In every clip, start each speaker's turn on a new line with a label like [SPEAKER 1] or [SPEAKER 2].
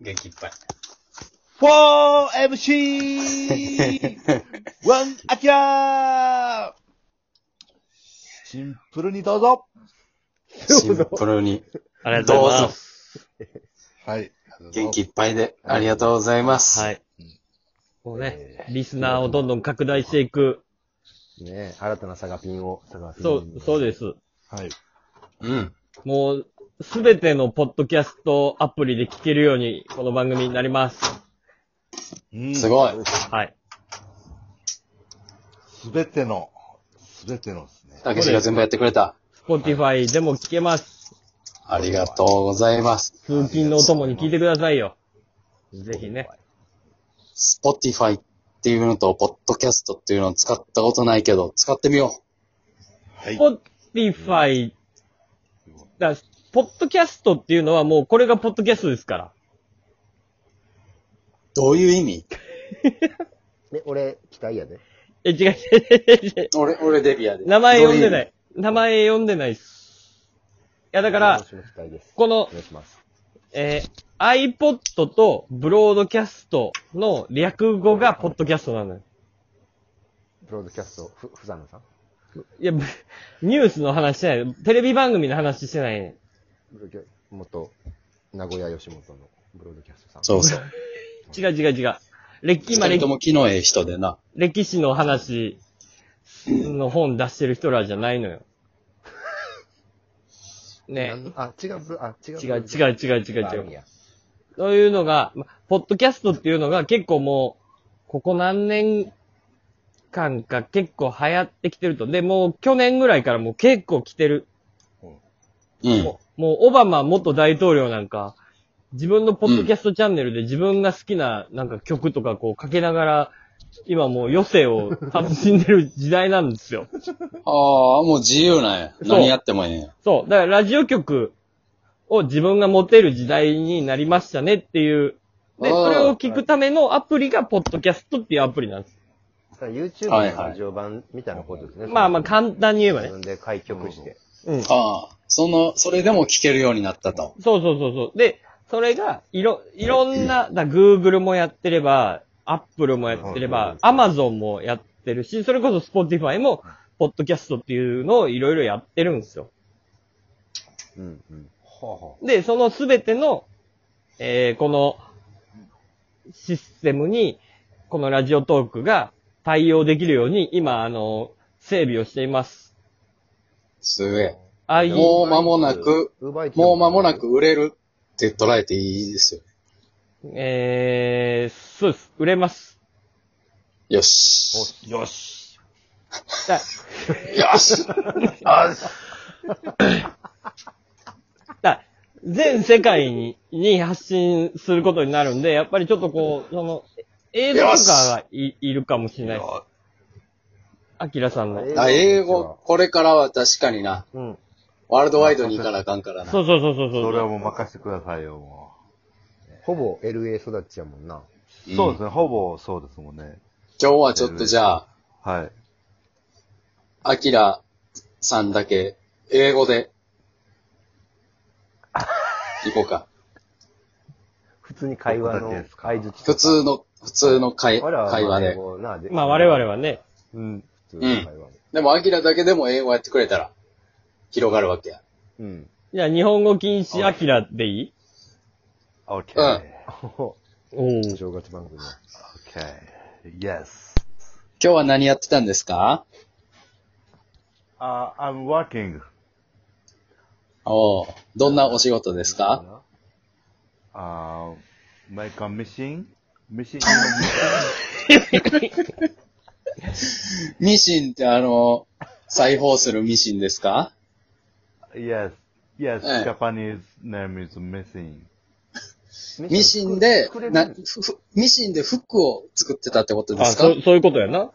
[SPEAKER 1] 元気いっぱい。
[SPEAKER 2] 4MC!1 アキラーシンプルにどうぞ
[SPEAKER 1] シンプルに。
[SPEAKER 3] ありがとう
[SPEAKER 1] ど
[SPEAKER 3] ご
[SPEAKER 1] う
[SPEAKER 3] ざいま
[SPEAKER 1] ぞ。
[SPEAKER 3] す。
[SPEAKER 2] はい。
[SPEAKER 1] 元気いっぱいで、ありがとうございます。。
[SPEAKER 3] はいい。もうね、リスナーをどんどん拡大していく。
[SPEAKER 4] ねえ、新たなサガピンを、サガピン
[SPEAKER 3] そ
[SPEAKER 4] に
[SPEAKER 3] う、そうです。
[SPEAKER 2] はい。
[SPEAKER 1] うん。
[SPEAKER 3] もう、すべてのポッドキャストアプリで聞けるように、この番組になります。
[SPEAKER 2] うん
[SPEAKER 1] すごい。
[SPEAKER 3] はい。
[SPEAKER 2] すべての、すべてのですね。
[SPEAKER 1] たけしが全部やってくれた。
[SPEAKER 3] Spotify でも聞けます。
[SPEAKER 1] ありがとうございます。
[SPEAKER 3] 通勤のお供に聞いてくださいよ。ぜひね。
[SPEAKER 1] Spotify っていうのと、Podcast っていうのを使ったことないけど、使ってみよ
[SPEAKER 2] はい。
[SPEAKER 3] Spotify、だからポッドキャストっていうのはもうこれがポッドキャストですか
[SPEAKER 1] う。
[SPEAKER 3] ら。
[SPEAKER 1] どういう意味
[SPEAKER 4] ね、俺、期待やで。
[SPEAKER 3] え、違う違 う違う違う。
[SPEAKER 1] 俺、俺デビアで
[SPEAKER 3] 名前呼んでな。
[SPEAKER 1] ど
[SPEAKER 3] い。名前呼んでないっす。いや、だから、
[SPEAKER 4] 私の期待です。
[SPEAKER 3] この
[SPEAKER 4] お、願いします。
[SPEAKER 3] えー iPod とブロードキャストの略語がポッドキャストなのよ。
[SPEAKER 4] ブロードキャスト、ふ、ふざのさん
[SPEAKER 3] いや、ぶ ニュースの話してない。テレビ番組の話してないね。
[SPEAKER 4] ブロードキャ元、名古屋吉本のブロードキャストさん。
[SPEAKER 1] そうそう。
[SPEAKER 3] 違う違う違う。歴、
[SPEAKER 1] 今人と
[SPEAKER 3] 今歴、
[SPEAKER 1] も気のええ人でな。
[SPEAKER 3] 歴史の話の本出してる人らじゃないのよ。ね
[SPEAKER 4] なんあ、違うブロ、あ、違う。
[SPEAKER 3] 違う違
[SPEAKER 4] う。
[SPEAKER 3] う違う違う
[SPEAKER 4] あ
[SPEAKER 3] 違
[SPEAKER 4] る
[SPEAKER 3] う。
[SPEAKER 4] んや
[SPEAKER 3] そういうのが、まポッドキャストっていうのが結構もう、ここ何年間か結構流行ってきてると。で、もう去年ぐらいからもう結構来てる。
[SPEAKER 1] うん
[SPEAKER 3] も。うもうオバマ元大統領なんか、自分のポッドキャストチャンネルで自分が好きななんか曲とかこうかけながら、今もう余生を楽しんでる時代なんですよ。
[SPEAKER 1] ああ、もう自由なんや。
[SPEAKER 3] そう
[SPEAKER 1] 何やってもええんや。
[SPEAKER 3] そう。だからラジオ局を自分が持てる時代になりましたねっていう。で、
[SPEAKER 1] あー
[SPEAKER 3] それを聞くためのアプリが、ポッドキャストっていうアプリなんです。
[SPEAKER 4] だから YouTube
[SPEAKER 1] はいはい
[SPEAKER 4] の上版みたいなことですね。
[SPEAKER 3] まあまあ、簡単に言えば
[SPEAKER 4] 自
[SPEAKER 3] ね。
[SPEAKER 4] 分で開局して。
[SPEAKER 3] うん。そう
[SPEAKER 1] ああ、その、それでも聞けるようになったと。
[SPEAKER 3] そうそうそう。で、それが、いろ、いろんな、だ Google もやってれば、Apple もやってれば、Amazon もやってるし、それこそ Spotify も、ポッドキャストっていうのをいろいろやってるんですよ。
[SPEAKER 4] うん、うん。
[SPEAKER 3] で、そのすべての、えーこの、システムに、このラジオトークが対応できるように、今、あの、整備をしています。
[SPEAKER 1] すげえ。
[SPEAKER 3] ああい
[SPEAKER 1] も
[SPEAKER 3] う、
[SPEAKER 1] う間もなく
[SPEAKER 4] Uber Eats
[SPEAKER 1] もう間もなく。売れるって捉えていいですよ。
[SPEAKER 3] えー、そうです。売れます。
[SPEAKER 1] よし。
[SPEAKER 2] よし。
[SPEAKER 3] だ
[SPEAKER 1] よし
[SPEAKER 3] だ全世界にに発信することになるんで、やっぱりちょっとこう、その、映像とかがいいるかもしれないです。アキラさんの。
[SPEAKER 1] あ英語、これからは確かにな。
[SPEAKER 4] うん。
[SPEAKER 1] ワールドワイドに行かなあかんからな。
[SPEAKER 3] そうそうそうそうそ
[SPEAKER 2] そうれ。はもう任せてくださいよ、も
[SPEAKER 4] ほぼ LA 育ちやもんな。
[SPEAKER 1] うん
[SPEAKER 2] う。そうですね、ほぼそうですもんね。
[SPEAKER 1] 今日はちょっとじゃあ、
[SPEAKER 2] はい。
[SPEAKER 1] アキラさんだけ、英語で、行こうか。
[SPEAKER 4] 普通に会話の
[SPEAKER 2] どこだけですか
[SPEAKER 4] 相づちとか。
[SPEAKER 1] 普通の、普通の会
[SPEAKER 4] 我々は
[SPEAKER 1] 会話
[SPEAKER 4] 英
[SPEAKER 1] で。
[SPEAKER 4] 語なで
[SPEAKER 3] まあ我々はね、
[SPEAKER 4] うん。普通の会話で。
[SPEAKER 1] でも、アキラだけでも英語やってくれたら、広がるわけや。
[SPEAKER 4] うん。
[SPEAKER 3] じゃあ日本語禁止アキラでいい
[SPEAKER 2] OK。
[SPEAKER 1] うん
[SPEAKER 3] おー
[SPEAKER 4] 正月番組の。
[SPEAKER 2] OK。Yes.
[SPEAKER 1] 今日は何やってたんですか
[SPEAKER 2] Uh, I'm working.
[SPEAKER 1] おうどんなお仕事ですか
[SPEAKER 2] Uh, make a machine. Machine. machine.
[SPEAKER 1] ミシンってあの、裁縫するミシンですか
[SPEAKER 2] yes. Yes.
[SPEAKER 1] Eh.
[SPEAKER 2] Japanese name is machine.
[SPEAKER 1] ミシンで
[SPEAKER 4] 作れ、る
[SPEAKER 1] な、ふふミシンで服を作ってたってことで
[SPEAKER 3] あ、
[SPEAKER 1] すか
[SPEAKER 3] そ、そういうことやな。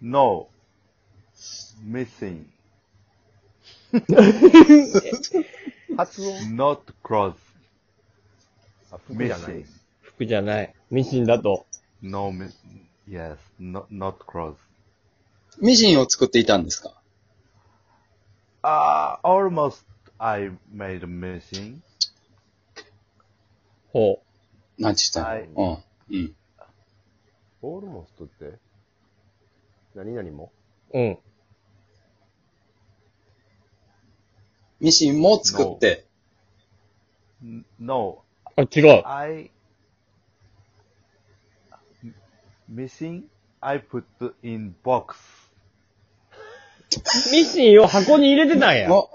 [SPEAKER 2] No. Missing.
[SPEAKER 4] 発音
[SPEAKER 2] Not cross.
[SPEAKER 4] あ、服じゃない
[SPEAKER 2] Missing.
[SPEAKER 3] 服じゃない。ミシンだと。
[SPEAKER 2] No. Miss. Yes. Not not cross.
[SPEAKER 1] ミシンを作っていたんですか
[SPEAKER 2] Uh, almost I made a missing.
[SPEAKER 3] ほう。
[SPEAKER 1] なんちったん、
[SPEAKER 2] はい
[SPEAKER 1] うん。うん。
[SPEAKER 4] オールモストって何々も
[SPEAKER 3] うん。
[SPEAKER 1] ミシンも作って、
[SPEAKER 2] N- No,
[SPEAKER 3] あ、違う。
[SPEAKER 2] I missing I put in box.
[SPEAKER 3] ミシンを箱に入れてたんや。
[SPEAKER 1] も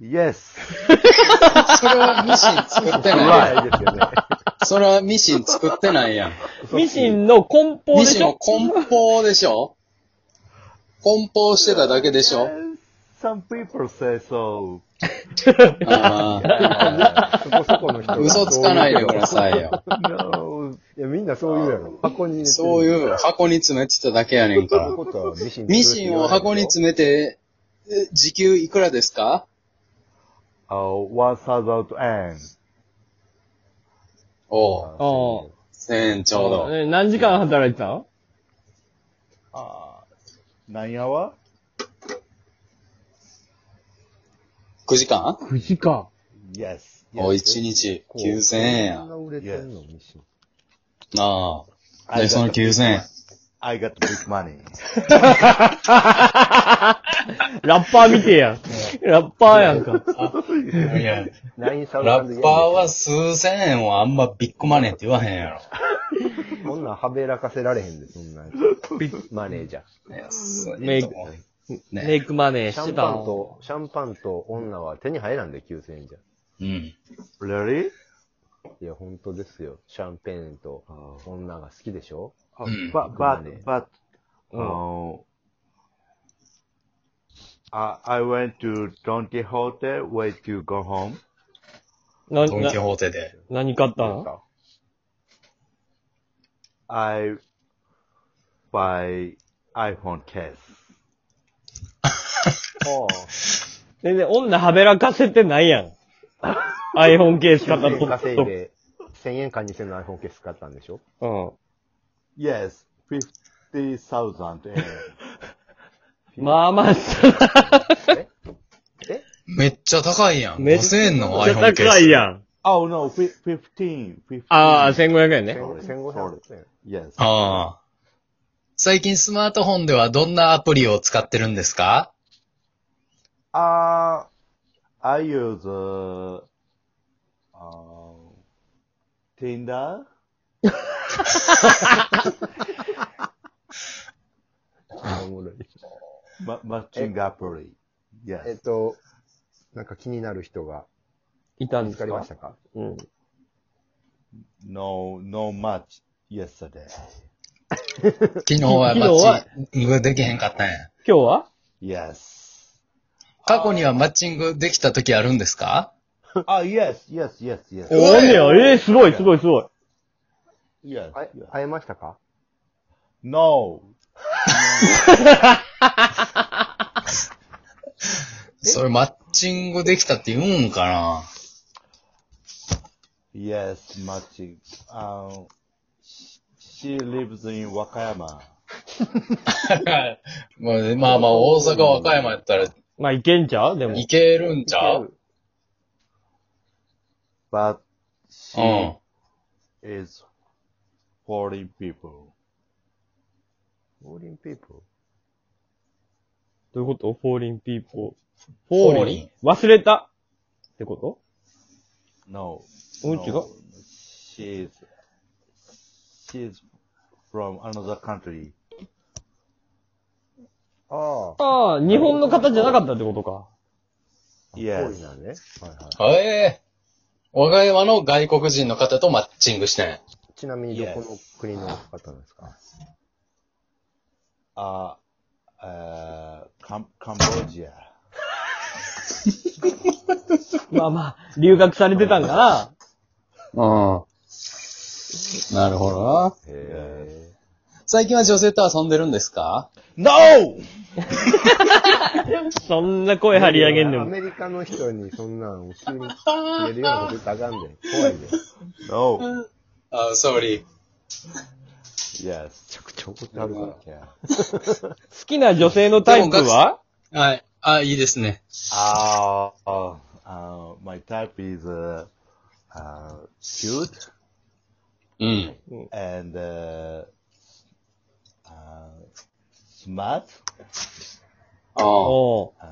[SPEAKER 2] Yes.
[SPEAKER 1] それはミシン作ってないや
[SPEAKER 4] ないですよね。
[SPEAKER 1] ん。それはミシン作ってないやん。
[SPEAKER 3] ミシンの梱包で
[SPEAKER 1] ミシ
[SPEAKER 3] し
[SPEAKER 1] ンは
[SPEAKER 3] ょ
[SPEAKER 1] 梱包でしょ梱包してただけでしょ
[SPEAKER 2] Yes, Some people say so.
[SPEAKER 1] あ あ
[SPEAKER 4] そこそこの人が
[SPEAKER 1] 嘘つかないでくださいよ。
[SPEAKER 2] No.
[SPEAKER 4] いや、みんなそう言うやろ。箱に入れてる
[SPEAKER 1] そういう箱に詰めてただけやねん
[SPEAKER 4] そ
[SPEAKER 1] か
[SPEAKER 4] ういう
[SPEAKER 1] ら。
[SPEAKER 4] ことはミシン
[SPEAKER 1] ミシンを箱に詰めて、え時給いくらですか
[SPEAKER 2] Oh, one thousand and.
[SPEAKER 1] お
[SPEAKER 4] ああ
[SPEAKER 1] う、1000円ちょうど。
[SPEAKER 3] え何時間働いてたん
[SPEAKER 2] Uh, nine hour?
[SPEAKER 1] 9時間
[SPEAKER 3] ?9 時間。
[SPEAKER 2] Yes.
[SPEAKER 1] おう、1日9000円や
[SPEAKER 4] そん。な売れてんの、ミシン。
[SPEAKER 1] なあ。
[SPEAKER 2] あ
[SPEAKER 1] で、その9000円。
[SPEAKER 2] I got big money.
[SPEAKER 3] ラッパー見てやん。ラッパーやんか。
[SPEAKER 1] いや、
[SPEAKER 4] ラインサ
[SPEAKER 1] ラッパーは数千円をあんまビッグマネーって言わへんやろ。
[SPEAKER 4] そんなんはべらかせられへんで、そんなやつ。マネージャー。
[SPEAKER 1] 安いと思う
[SPEAKER 3] メ
[SPEAKER 1] ね。
[SPEAKER 3] イクマネー
[SPEAKER 4] シャ
[SPEAKER 3] して
[SPEAKER 4] ン
[SPEAKER 3] た
[SPEAKER 4] パン
[SPEAKER 3] ん。
[SPEAKER 4] と、シャンパンと女は手に入らんで、9000円じゃ。
[SPEAKER 1] うん。
[SPEAKER 2] Really?
[SPEAKER 4] いや、本当ですよ。シャンペーンと女が好きでしょ
[SPEAKER 2] Oh,
[SPEAKER 1] Mm.
[SPEAKER 2] But,
[SPEAKER 4] Money.
[SPEAKER 2] but, but,
[SPEAKER 4] Mm.
[SPEAKER 2] uh, I, I went to Donkey Hotel, wait to go home.
[SPEAKER 3] な、
[SPEAKER 1] ドン・キ
[SPEAKER 3] な、
[SPEAKER 1] ホーテで。
[SPEAKER 3] 何買っ
[SPEAKER 4] ど
[SPEAKER 3] た
[SPEAKER 4] うで
[SPEAKER 3] ん
[SPEAKER 4] すか
[SPEAKER 2] I buy iPhone case.
[SPEAKER 3] 全然女はべらかせてな いやん。iPhone ケース買っ
[SPEAKER 4] 9000
[SPEAKER 3] たと
[SPEAKER 4] 円
[SPEAKER 3] っ
[SPEAKER 4] 稼いで、1000円か2000円の iPhone ケース買ったんでしょ
[SPEAKER 3] と。
[SPEAKER 2] Yes, 50,000. eh.
[SPEAKER 3] うん。まあまあ、
[SPEAKER 1] めっちゃ高いやん。
[SPEAKER 3] めっ
[SPEAKER 1] 5000
[SPEAKER 3] ちゃ
[SPEAKER 1] 円の iPhone ケース。
[SPEAKER 3] 高いやん。
[SPEAKER 2] oh no, fif- 15. 15.
[SPEAKER 3] ああ、1500円ね。
[SPEAKER 4] 1500円。
[SPEAKER 2] Yes.
[SPEAKER 1] ああ。最近スマートフォンではどんなアプリを使ってるんですか
[SPEAKER 2] Uh, I use uh, uh, Tinder.
[SPEAKER 4] おもろい
[SPEAKER 2] Ma- matching apply.
[SPEAKER 4] えっ
[SPEAKER 2] Yes.
[SPEAKER 4] と、なんか気になる人が
[SPEAKER 3] いたん
[SPEAKER 4] 見
[SPEAKER 3] で
[SPEAKER 4] つ
[SPEAKER 3] す
[SPEAKER 4] かりま
[SPEAKER 3] か
[SPEAKER 4] したか
[SPEAKER 3] うん。
[SPEAKER 2] No, no match yesterday.
[SPEAKER 1] 昨日はマッチングできへんかったん や。
[SPEAKER 3] 今日は
[SPEAKER 2] Yes.
[SPEAKER 1] 過去にはマッチングできた時あるんですか
[SPEAKER 2] Ah, yes, yes, yes, yes.
[SPEAKER 3] おおんねや。えー、すごい、すごい、すごい。
[SPEAKER 2] Yes.
[SPEAKER 4] あ
[SPEAKER 2] yes.
[SPEAKER 4] 会えましたか
[SPEAKER 2] No.
[SPEAKER 1] それマッチングできたって言うんかな
[SPEAKER 2] Yes, matching. Um, sh- she lives in Wakayama.
[SPEAKER 1] まあまあまあ、大阪、和歌山やったら
[SPEAKER 3] まあ、いけんちゃうでも。
[SPEAKER 1] いけるんちゃう
[SPEAKER 2] But
[SPEAKER 1] う
[SPEAKER 2] she
[SPEAKER 1] ん。
[SPEAKER 2] is 40 people.
[SPEAKER 4] オーリンピープ
[SPEAKER 3] どういうことフォーリンピーポー。
[SPEAKER 1] フォーリン
[SPEAKER 3] 忘れたってこと
[SPEAKER 2] No.
[SPEAKER 3] Oh,
[SPEAKER 2] no.
[SPEAKER 3] chica.
[SPEAKER 2] She's she's from another country.
[SPEAKER 4] ああ、
[SPEAKER 3] ああ、日本の方じゃなかったってことか。
[SPEAKER 4] 多い
[SPEAKER 2] Yes.
[SPEAKER 4] なね。はいはい。
[SPEAKER 1] ええ和歌山の外国人の方とマッチングしてん。
[SPEAKER 4] ちなみにどこの国の方なんですか
[SPEAKER 2] Uh, uh, Cam- Cambodia.
[SPEAKER 3] まあまあ、留学されてたんかな。
[SPEAKER 1] うん。なるほどな。
[SPEAKER 4] へ
[SPEAKER 1] 最近は女性と遊んでるんですか
[SPEAKER 2] No.
[SPEAKER 3] そんな声張り上げんで
[SPEAKER 4] ア
[SPEAKER 3] も。
[SPEAKER 4] メリカの人にそんなん教えるようなこと言ったらあかんで。怖いで。め
[SPEAKER 2] No.
[SPEAKER 1] あ、総理。
[SPEAKER 2] Yes.
[SPEAKER 4] ちゃくちゃ怒ってはるから。
[SPEAKER 2] Okay.
[SPEAKER 3] 好きな女性のタイプは
[SPEAKER 1] はい。あ、いいですね。
[SPEAKER 2] Uh, uh, uh, my type is uh, uh, cute
[SPEAKER 1] うん。
[SPEAKER 2] and uh, uh, smart
[SPEAKER 1] ああ。
[SPEAKER 3] お
[SPEAKER 2] uh,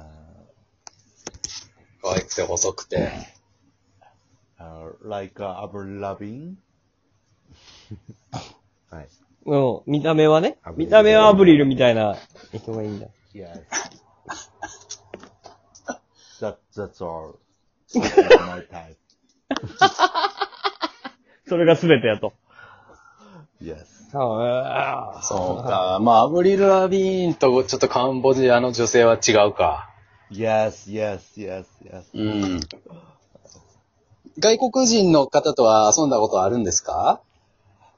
[SPEAKER 1] 可愛くて細くて。
[SPEAKER 2] uh, like uh, our loving
[SPEAKER 4] はい。
[SPEAKER 3] ううん。見た目はね
[SPEAKER 4] ア。ブリル
[SPEAKER 3] 見た目はアブリルみたいな人がいいんだ。
[SPEAKER 2] yes that that's all That's my type
[SPEAKER 3] それが全てやと。
[SPEAKER 2] yes
[SPEAKER 3] あ
[SPEAKER 1] そうか。まあ、アブリル・ラビーンとちょっとカンボジアの女性は違うか。
[SPEAKER 2] yes yes yes yes
[SPEAKER 1] うん。外国人の方とは遊んだことあるんですか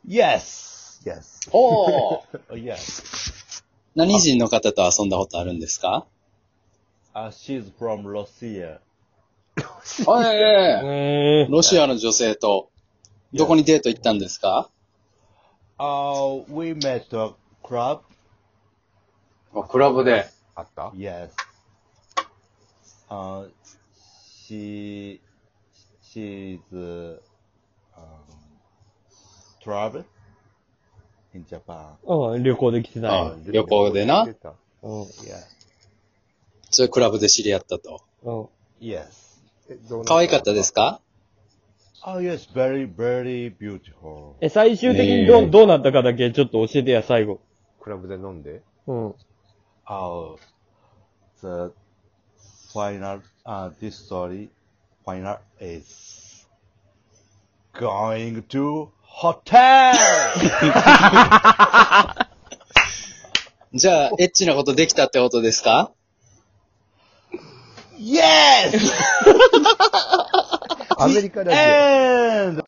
[SPEAKER 2] yes yes
[SPEAKER 1] おお
[SPEAKER 2] oh, yes
[SPEAKER 1] 何人の方と遊んだことあるんですか
[SPEAKER 2] uh, she's from Russia
[SPEAKER 1] あ、
[SPEAKER 3] あ。
[SPEAKER 1] ええ。
[SPEAKER 3] へ
[SPEAKER 1] ロシアの女性と、どこにデート行ったんですか
[SPEAKER 2] uh, we met a club
[SPEAKER 1] クラブで。
[SPEAKER 4] あった
[SPEAKER 2] Yes. Uh, she she's uh, um, travel in Japan.
[SPEAKER 3] うん、旅行できてない。
[SPEAKER 1] あ旅行でな
[SPEAKER 4] 出た
[SPEAKER 3] うん。
[SPEAKER 2] Yeah.
[SPEAKER 1] それクラブで知り合ったと。
[SPEAKER 3] うん。
[SPEAKER 2] Yes.
[SPEAKER 4] えどうな
[SPEAKER 1] 可愛かったですか
[SPEAKER 2] Oh yes, very very beautiful.
[SPEAKER 3] え、最終的にど
[SPEAKER 1] ね
[SPEAKER 3] う、
[SPEAKER 1] え
[SPEAKER 3] どうなったかだけちょっと教えてや、最後。
[SPEAKER 4] クラブで飲んで
[SPEAKER 3] うん。
[SPEAKER 2] Oh, the final uh, this story final is going to hotel.
[SPEAKER 1] じゃあ、エッチなことできたってことですか
[SPEAKER 2] yes.
[SPEAKER 4] アメリカだけ。
[SPEAKER 2] And